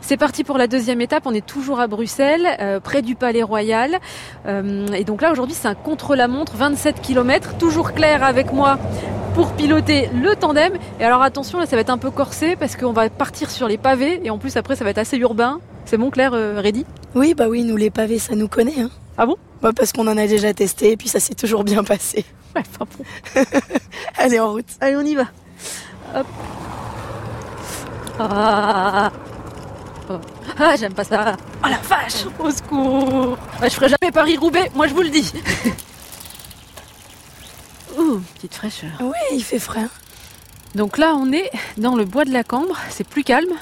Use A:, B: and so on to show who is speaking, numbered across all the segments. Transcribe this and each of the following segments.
A: C'est parti pour la deuxième étape. On est toujours à Bruxelles, euh, près du Palais Royal. Euh, et donc là, aujourd'hui, c'est un contre-la-montre, 27 km. Toujours Claire avec moi pour piloter le tandem. Et alors attention, là, ça va être un peu corsé parce qu'on va partir sur les pavés. Et en plus, après, ça va être assez urbain. C'est bon, Claire, euh, ready
B: Oui, bah oui, nous les pavés, ça nous connaît. Hein.
A: Ah bon
B: Bah, parce qu'on en a déjà testé et puis ça s'est toujours bien passé.
A: Ouais, enfin bon.
B: Allez, en route.
A: Allez, on y va. Hop. Ah, Oh. Ah, j'aime pas ça. Oh la vache, au secours. Ouais, je ferai jamais Paris-Roubaix, moi je vous le dis. Ouh, petite fraîcheur.
B: Oui, il fait frais. hein.
A: Donc là, on est dans le bois de la Cambre. C'est plus calme.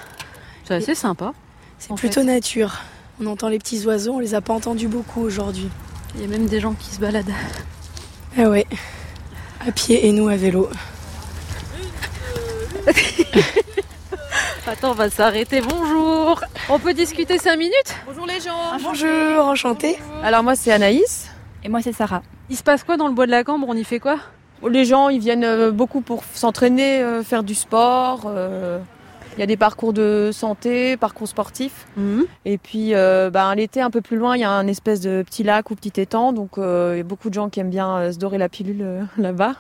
A: C'est assez sympa.
B: C'est
A: En
B: plutôt nature. On entend les petits oiseaux, on les a pas entendus beaucoup aujourd'hui.
A: Il y a même des gens qui se baladent.
B: Ah ouais. À pied et nous à vélo.
A: Attends, on va s'arrêter. Bonjour. On peut discuter cinq minutes
C: Bonjour les gens
B: Bonjour, enchanté.
C: Alors moi c'est Anaïs.
D: Et moi, c'est Sarah.
A: Il se passe quoi dans le bois de la Cambre On y fait quoi
C: Les gens ils viennent euh, beaucoup pour s'entraîner, euh, faire du sport. euh, Il y a des parcours de santé, parcours sportifs.
A: Mhm.
C: Et puis euh, ben, l'été un peu plus loin il y a un espèce de petit lac ou petit étang. Donc euh, il y a beaucoup de gens qui aiment bien euh, se dorer la pilule euh, là-bas.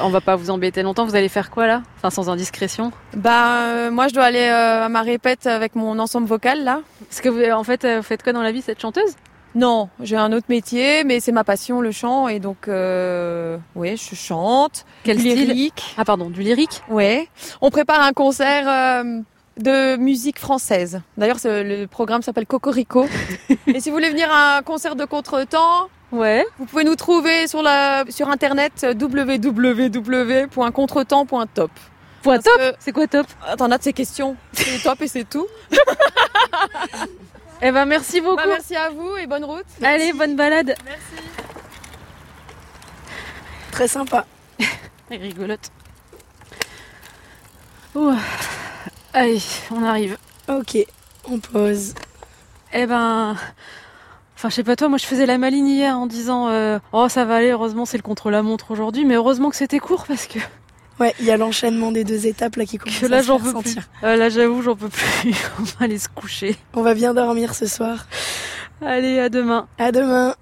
A: On va pas vous embêter longtemps. Vous allez faire quoi là Enfin, sans indiscrétion.
C: Bah euh, moi je dois aller euh, à ma répète avec mon ensemble vocal là.
A: Parce que vous, en fait, euh, vous faites quoi dans la vie Cette chanteuse
C: Non, j'ai un autre métier mais c'est ma passion le chant et donc euh, ouais je chante.
A: Quel style
C: lyrique.
A: Ah pardon, du lyrique.
C: Ouais. On prépare un concert euh, de musique française. D'ailleurs, c'est- le programme s'appelle Cocorico. Et si vous voulez venir à un concert de contretemps,
A: Ouais.
C: vous pouvez nous trouver sur, la, sur internet euh, www.contretemps.top.
A: Point
C: Parce
A: top.
C: que-
A: C'est quoi top
C: Attends, on a de ces questions. C'est top et c'est tout.
A: Eh ben, merci beaucoup.
C: Bah, merci à vous et bonne route.
A: Allez, bonne balade.
B: Très sympa.
A: Elle est rigolote. Ouh. Allez, on arrive.
B: Ok, on pose.
A: Eh ben. Enfin, je sais pas toi, moi je faisais la maligne hier en disant euh, Oh, ça va aller, heureusement c'est le contre-la-montre aujourd'hui, mais heureusement que c'était court parce que,
B: Ouais, il y a l'enchaînement des deux étapes là qui commence
A: que là
B: à se
A: j'en
B: faire
A: peux plus.
B: sentir.
A: Euh, là, j'avoue, j'en peux plus. on va aller se coucher.
B: On va bien dormir ce soir.
A: Allez, à demain.
B: À demain.